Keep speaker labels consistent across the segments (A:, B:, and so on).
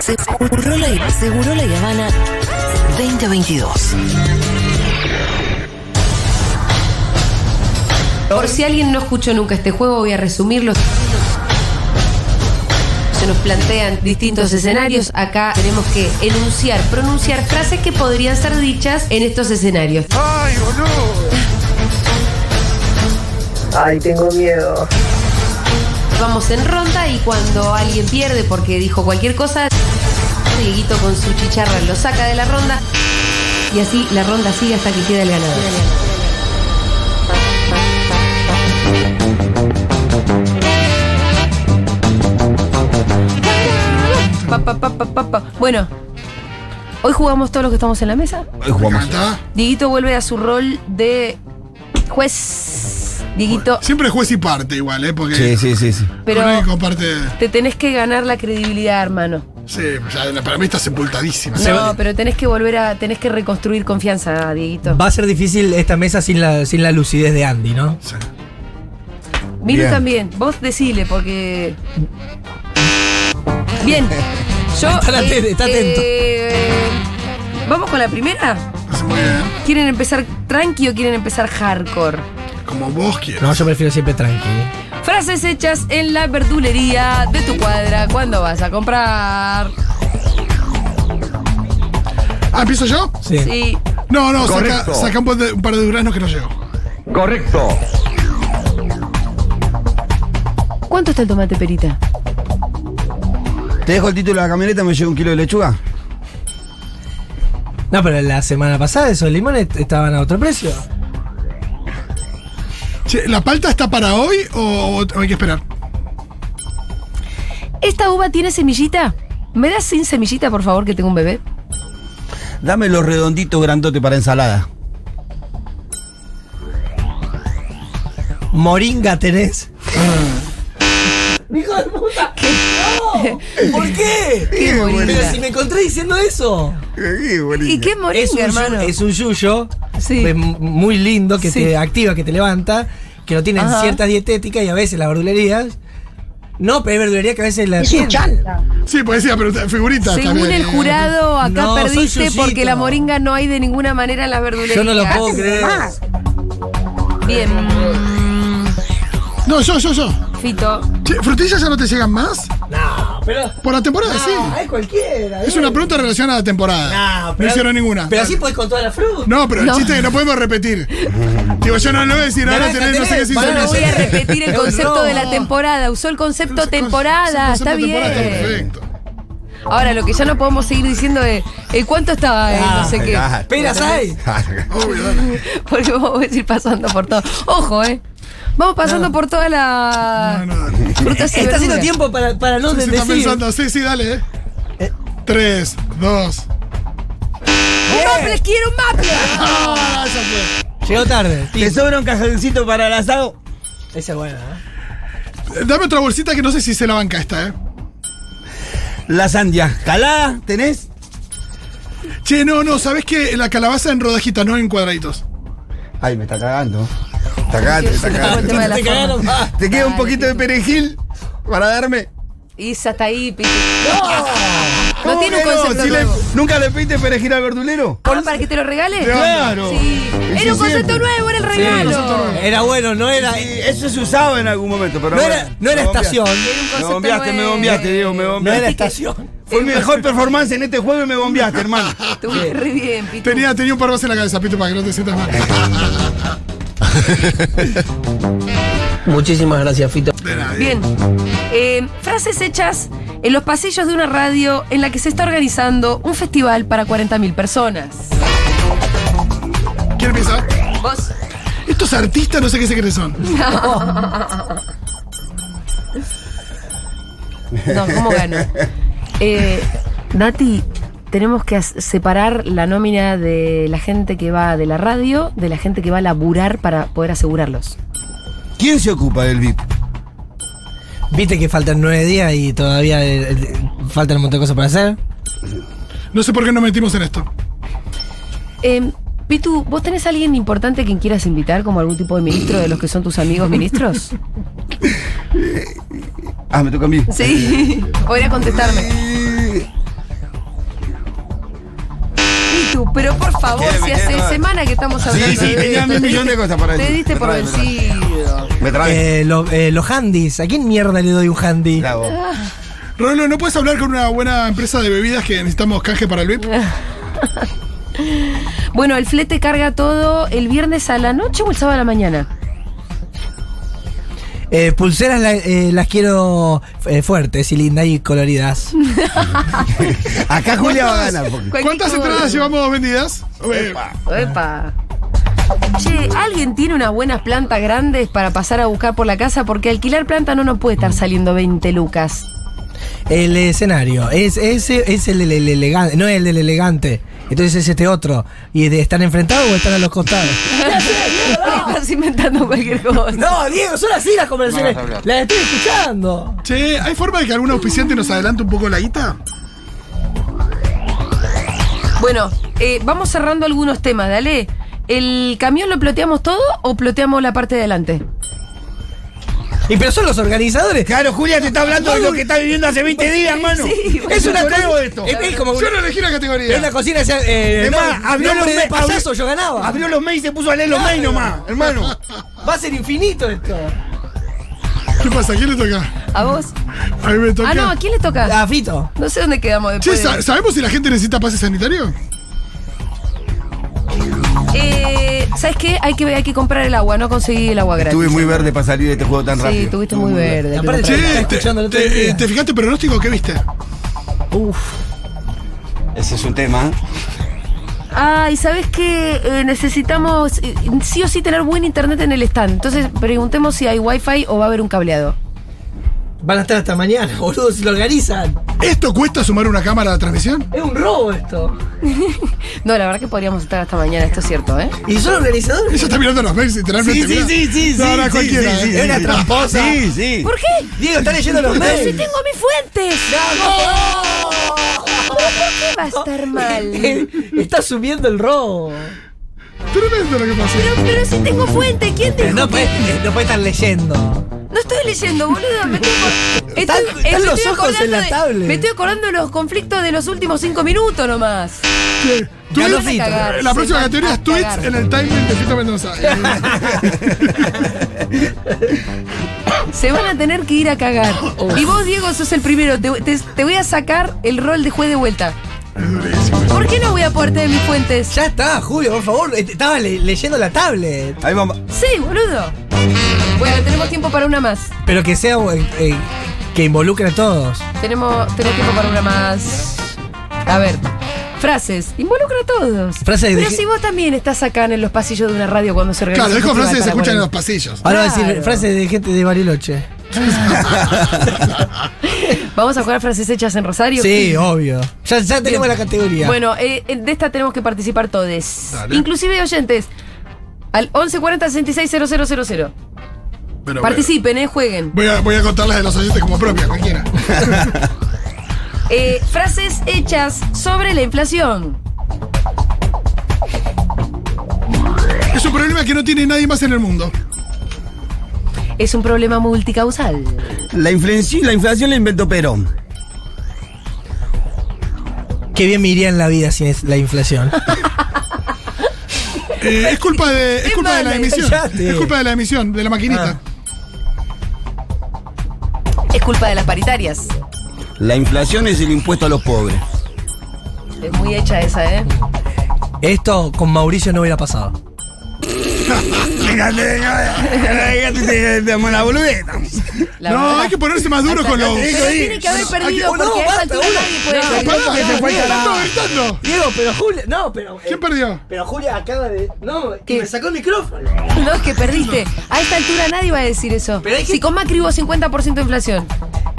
A: Seguro la, seguro la Habana 2022.
B: Por si alguien no escuchó nunca este juego, voy a resumirlo. Se nos plantean distintos escenarios. Acá tenemos que enunciar, pronunciar frases que podrían ser dichas en estos escenarios.
C: ¡Ay, boludo!
D: Ay, tengo miedo.
B: Vamos en ronda y cuando alguien pierde porque dijo cualquier cosa, Dieguito con su chicharra lo saca de la ronda y así la ronda sigue hasta que queda el ganador. Pa, pa, pa, pa, pa, pa. Bueno, hoy jugamos todos los que estamos en la mesa.
E: Hoy jugamos.
C: ¿Está?
B: Dieguito vuelve a su rol de juez. Dieguito,
C: Siempre juez y parte igual, ¿eh? Porque
E: Sí, sí, sí, sí.
B: pero
C: con él comparte...
B: te tenés que ganar la credibilidad, hermano.
C: Sí, ya, la- para mí está sepultadísima.
B: No, pero tenés que volver a. tenés que reconstruir confianza, Dieguito.
F: Va a ser difícil esta mesa sin la, sin la lucidez de Andy, ¿no?
C: Sí.
B: Minu
E: Bien.
B: también, vos decile, porque. Bien. Yo.
F: Está la tele, está atento.
B: eh, Vamos con la primera.
C: Hace muy bien.
B: ¿Quieren empezar tranqui o quieren empezar hardcore?
C: Como vos quieras.
F: No, yo prefiero siempre tranqui. ¿eh?
B: Frases hechas en la verdulería de tu cuadra cuando vas a comprar.
C: Ah, ¿empiezo yo?
F: Sí.
B: Sí.
C: No, no, saca,
E: Correcto.
C: saca un, par de, un par de duraznos que no llego.
E: Correcto.
B: ¿Cuánto está el tomate, Perita?
E: Te dejo el título de la camioneta, me llevo un kilo de lechuga.
F: No, pero la semana pasada esos limones estaban a otro precio.
C: Che, ¿La palta está para hoy o, o hay que esperar?
B: ¿Esta uva tiene semillita? ¿Me das sin semillita, por favor, que tengo un bebé?
E: Dame los redonditos grandote para ensalada.
F: Moringa tenés. ¡Hijo de puta! ¡No! ¿Por qué?
B: ¡Qué moringa!
F: Pero si me encontré diciendo eso.
B: ¿Y qué moringa,
F: es un,
B: hermano?
F: yu- es un yuyo
B: Sí.
F: es m- muy lindo, que
B: Sí.
F: te activa, que te levanta, que lo tienen
B: Ajá.
F: ciertas dietéticas y a veces las verdulerías. No, pero hay verdulería que a veces la.
C: Sí, pues decía, pero figuritas
B: Según
C: también.
B: el jurado, acá
F: No, soy
B: perdiste
F: yuyito.
B: porque la moringa no hay de ninguna manera en las verdulerías.
F: Yo no lo puedo creer.
B: Bien,
C: No, yo, yo, yo.
B: Fito.
C: Che, ¿Frutillas ya no te llegan más?
F: No, pero. ah,
C: Por la temporada, sí.
F: es cualquiera.
C: Es una pregunta relacionada a la temporada. No, hicieron ninguna.
F: Pero así podés con toda la fruta.
C: No, pero
B: No.
C: el chiste es que no podemos repetir. Digo, yo no lo voy a decir, ahora
F: Naranja
C: tenés, no sé qué
F: tenés,
C: sin
B: Yo
F: banana
B: no
C: semillas.
B: voy a repetir el
F: No,
B: concepto
F: no.
B: de la temporada. Usó el concepto
C: Con- con-
B: temporada.
C: con- con-
B: Está
C: con- temporada está
B: bien.
C: perfecto.
B: Ahora, lo que ya no podemos seguir diciendo es ¿eh, cuánto estaba? eh, no sé qué.
E: Ah,
F: Peras hay.
C: Obvio, dale.
B: Porque vamos a ir pasando por todo. Ojo, ¿eh? Vamos pasando por toda la.
C: No, no, dale.
B: frutas y
F: Está haciendo
B: verduras.
F: tiempo para, para no
C: Sí, sí, está
F: decir.
C: pensando. Sí, sí, dale, eh. Tres, dos.
E: eh.
B: ¡Un maple! ¡Quiero un maple!
C: ¡Ah! Esa fue.
F: Llegó tarde.
G: ¿Te sobra un cajoncito para el asado?
F: Esa es buena, ¿eh?
C: Eh, Dame otra bolsita que no sé si se la banca esta, eh.
E: La sandia. ¿Calada tenés?
C: Che, no, no, ¿sabés qué? La calabaza en rodajitas, no en cuadraditos.
E: Ay, me está cagando. Está cagando, está
B: Todo el tema de
E: cagando.
B: la
F: Te cagaron ah.
B: fama.
F: más.
E: ¿Te queda un poquito de perejil para darme?
B: Isa está ahí, Piti. No,
E: ¿Cómo
B: tiene un
E: que no?
B: concepto
E: Si le-
B: nuevo.
E: ¿Nunca le pediste perejil al verdulero?
B: Ah, ¿Para que te lo regale?
E: Claro.
B: Sí.
E: Eso
B: Era un concepto
E: siempre.
B: nuevo, era el regalo.
F: Era bueno, no era.
E: Sí, eso se usaba en algún momento, pero
F: No
E: bueno,
F: era, no era
E: me bombeaste.
F: estación.
B: Era un
E: Me
B: concepto
E: bombeaste, me
B: nuevo.
E: bombeaste, Diego, me
F: No
E: bombeaste.
F: era estación.
E: Fue mi mejor performance en este juego y me bombeaste, hermano.
B: Estuve re bien, Piti.
C: Tenía, tenía un par más en la cabeza, Pito, para que no te sientas mal.
G: Muchísimas gracias, Fito.
C: De nadie.
B: Bien. Eh, frases hechas en los pasillos de una radio en la que se está organizando un festival para 40.000 personas.
C: ¿Quién empieza?
B: ¿Vos?
C: Estos artistas no sé qué sé quiénes son.
B: No, ¿cómo gano? Eh, Nati, tenemos que as- separar la nómina de la gente que va de la radio de la gente que va a laburar para poder asegurarlos.
E: ¿Quién se ocupa del VIP?
F: Viste que faltan nueve días y todavía eh, eh, faltan un montón de cosas para hacer.
C: No sé por qué nos metimos en esto.
B: Eh, Pitu, ¿vos tenés a alguien importante quien quieras invitar como algún tipo de ministro de los que son tus amigos ministros?
E: Ah, me toca a mí.
B: Sí, podría contestarme.
E: Eh,
B: Pero por favor,
H: ¿Qué? ¿Me
B: si
H: quieres
B: hace
H: robar?
B: semana que estamos
E: Sí,
B: hablando
E: sí,
B: de
E: tenía
B: esto,
E: mil
B: te
E: millones de
B: diste-
E: cosas para
B: Te
E: decir.
B: diste por
E: Trae, trae.
B: vencido.
E: Me trae.
F: Eh, lo- eh, los handys. ¿A quién mierda le doy un handy?
E: Bravo.
C: Rolo, ¿no puedes hablar con una buena empresa de bebidas que necesitamos canje para el VIP?
B: Bueno, el flete carga todo el viernes a la noche o el sábado a la mañana.
F: Eh, pulseras la- eh, las quiero eh, fuertes y lindas y coloridas.
E: Acá Julia va a ganar. porque-
C: ¿Cuántas entradas llevamos vendidas? Eh,
B: Epa. Che, ¿alguien tiene unas buenas plantas grandes para pasar a buscar por la casa? Porque alquilar planta no nos puede estar saliendo 20 lucas.
F: El escenario. Es, ese es el, elegante. No es el del elegante. Entonces es este otro. ¿Y de- están enfrentados o están a los costados?
B: Estás inventando cualquier cosa.
F: No, Diego, son así las conversaciones.
H: No vas a hablar.
F: las estoy escuchando.
C: Che, ¿hay forma de que algún auspiciante nos adelante un poco la guita?
B: Bueno, eh, vamos cerrando algunos temas, dale. ¿El camión lo ploteamos todo o ploteamos la parte de adelante?
F: Y pero son los organizadores.
G: Claro, Julia, te está hablando de lo que está viviendo hace 20 días, hermano.
B: Sí, bueno.
F: Es una
C: Yo
F: co-
C: hago esto.
F: Es, es como
C: Yo no elegí la
F: en la
C: categoría.
F: cocina decía, eh,
G: Es más,
F: no,
G: abrió
F: nombre
G: los me-
F: de payaso,
G: abrió-
F: yo ganaba.
G: Abrió los mails y se puso a leer los mails nomás, hermano.
F: Va a ser infinito esto.
C: ¿Qué pasa? ¿Quién le toca?
B: ¿A vos?
C: A mí me toca.
B: Ah, no, ¿a quién le toca?
F: Ah, Fito.
B: No sé dónde quedamos
C: Che,
B: después.
C: ¿sa- ¿sabemos si la gente necesita pase sanitario?
B: Eh, ¿Sabes qué? Hay que, hay que comprar el agua, no conseguí el agua gratis.
E: Estuve muy verde para salir de este juego tan rápido.
B: Sí, tuviste muy verde.
F: Aparte,
B: Creo.
F: Estaba
C: Che, te,
F: escuchando el otro
C: te-
F: día.
C: eh, ¿te fijaste pronóstico? ¿Qué viste?
E: Ese es un tema. ¿eh?
B: Ah, y sabes que necesitamos eh, sí o sí tener buen internet en el stand. Entonces preguntemos si hay wifi o va a haber un cableado.
F: Van a estar hasta mañana, boludo, si lo organizan.
C: ¿Esto cuesta sumar una cámara a la transmisión?
F: Es un robo esto.
B: No, la verdad que podríamos estar hasta mañana, esto es cierto, ¿eh?
F: Y son organizadores.
C: Ella está mirando los mails literalmente.
G: Sí, sí,
C: mirá.
G: sí, sí, sí,
C: No, no,
G: sí,
C: cualquiera,
G: sí, sí,
C: eh.
G: sí. Era tramposa.
E: Sí, sí.
B: ¿Por qué?
F: Diego, está leyendo los
B: Pero si
F: mails.
B: tengo mis fuentes. ¿Pero por qué va a estar mal?
F: está subiendo el robo.
C: Tremendo lo que pasó.
B: Pero, pero si tengo fuente, ¿quién dijo?
F: No puede, no puede estar leyendo.
B: No estoy leyendo, boludo. Me estoy, estoy-
F: Están-
B: eh,
F: están
B: me
F: los
B: estoy
F: ojos
B: acordando
F: en la
B: de-
F: tablet.
B: Me estoy acordando de los conflictos de los últimos cinco minutos nomás.
C: Che, tweets-
F: Ganó Fito.
B: cagar,
C: La
B: se
C: próxima
B: van
C: categoría
B: a
C: es tweets
B: cagar.
C: en el timing de Fito Mendoza.
B: Se van a tener que ir a cagar. Y vos, Diego, sos el primero. Te, te- te voy a sacar el rol de juez de vuelta. ¿Por qué no voy a poder tener mis fuentes?
F: Ya está, Julio, por favor. Este- Estaba le- leyendo la tablet.
E: Ahí vamos.
B: Sí, boludo. Bueno, tenemos tiempo para una más.
F: Pero que sea eh, eh, que involucre a todos.
B: Tenemos, tenemos tiempo para una más. A ver. Frases. Involucra a todos.
F: Frases de-
B: Pero si vos también estás acá en los pasillos de una radio cuando se organiza.
C: Claro,
B: un
C: dejo
B: festival
C: frases que se
B: para
C: escuchan en los
B: poner.
C: pasillos.
F: Ahora va a decir
B: Claro.
F: frases de gente de Bariloche.
B: Vamos a jugar frases hechas en Rosario.
F: Sí, obvio. Ya, ya tenemos la categoría.
B: Bueno, eh, eh, de esta tenemos que participar todos.
C: Dale.
B: Inclusive oyentes. Al 1140 660000.
C: Pero,
B: Participen, eh, jueguen.
C: Voy a, voy a contarlas de los oyentes como propias, cualquiera.
B: Eh, frases hechas sobre la inflación.
C: Es un problema que no tiene nadie más en el mundo.
B: Es un problema multicausal.
E: La inflación, la inflación la inventó Perón.
F: Qué bien me iría en la vida sin es- la inflación.
C: Eh, es culpa de, es
B: Qué
C: culpa de la
B: mal,
C: emisión.
F: cállate.
C: Es culpa de la emisión, de la
B: Ah,
C: maquinita.
B: Es culpa de las paritarias.
E: La inflación es el impuesto a los pobres.
B: Es muy hecha esa, ¿eh?
F: Esto con Mauricio no hubiera pasado.
E: Déjate, déjate, déjate, déjate, la boludeta.
B: La
C: no,
B: verdad.
C: hay que ponerse más duro
B: Hasta
C: con
B: acá
C: los.
B: te digo, Pero tiene que haber perdido
F: no,
B: porque a esa
F: basta,
B: altura
F: una.
B: nadie puede
F: No,
B: perder.
C: ¡Pará, que se
F: no,
C: fue
F: no.
C: cagando, gritando!
F: Diego, pero Julia. No, pero. eh,
C: ¿Quién perdió?
F: Pero Julia acaba de. No,
B: ¿Qué? me
F: sacó el micrófono.
B: No, es que perdiste. A esta altura nadie va a decir eso.
F: Pero hay que-
B: Si con Macri hubo 50% de inflación.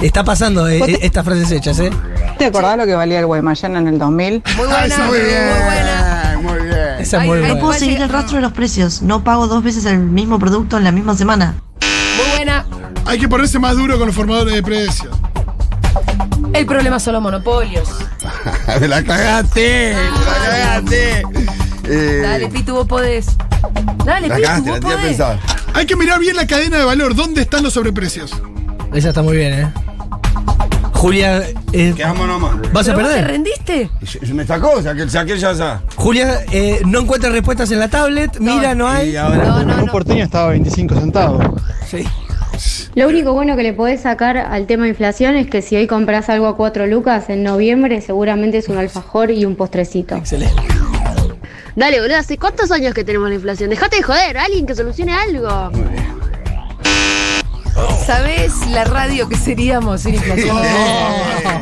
F: Está pasando eh, eh, estas frases hechas, ¿eh?
I: ¿Te acordás lo que valía el Guaymallén en el
B: Muy
I: 2000?
C: Ah,
B: buena,
C: esa
B: muy
C: muy bien.
B: buena.
E: Muy bien.
F: Esa es
B: Ay,
F: muy
B: ay,
A: Ahí
F: buena.
A: puedo seguir el rastro de los precios. No pago dos veces el mismo producto en la misma semana.
B: Muy buena.
C: Hay que ponerse más duro con los formadores de precios.
B: El problema son los monopolios.
E: Me la cagaste, me la cagaste. Eh,
B: Dale, Pitu, vos podés. Dale,
E: la
B: Pitu,
E: cagaste,
B: vos
E: la tenía
B: podés.
E: pensada.
C: Hay que mirar bien la cadena de valor. ¿Dónde están los sobreprecios?
F: Esa está muy bien, ¿eh? Julia, eh,
E: Quedamos nomás.
F: vas a
B: ¿Pero vos te
F: perder.
B: rendiste?
E: Y- y Me sacó, saqué, saqué ya está.
F: Julia, eh, no encuentra respuestas en la tablet. Mira, no
E: Y
F: hay.
E: ahora.
B: No, no,
H: Un
B: no.
H: porteño estaba a 25 centavos.
J: Lo único bueno que le podés sacar al tema inflación es que si hoy compras algo a 4 lucas, en noviembre seguramente es un alfajor y un postrecito.
F: Excelente.
K: Dale, boludo, ¿hace cuántos años que tenemos la inflación? Dejate de joder, alguien que solucione algo.
B: ¿Sabés la radio que seríamos sin inflación?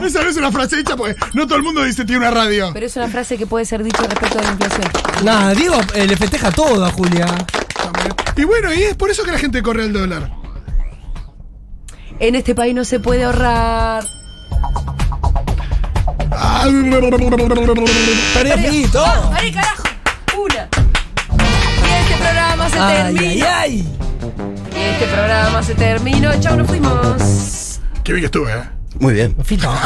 C: Esa no es una frase hecha porque no todo el mundo dice tiene una radio.
B: Pero es una frase que puede ser dicha respecto a la inflación.
F: Nada, Diego eh, le festeja todo a Julia.
C: Y bueno, y es por eso que la gente corre al dólar.
B: En este país no se puede ahorrar.
C: Ah,
F: Perdidito.
B: ¡Ah, ¡Vale, carajo! ¡Una! Y este programa se
F: Ay, ay,
B: termina.
F: ay.
B: Y este programa se terminó. Chau, nos fuimos.
C: Qué bien que estuve, eh.
E: Muy bien.
F: Fito.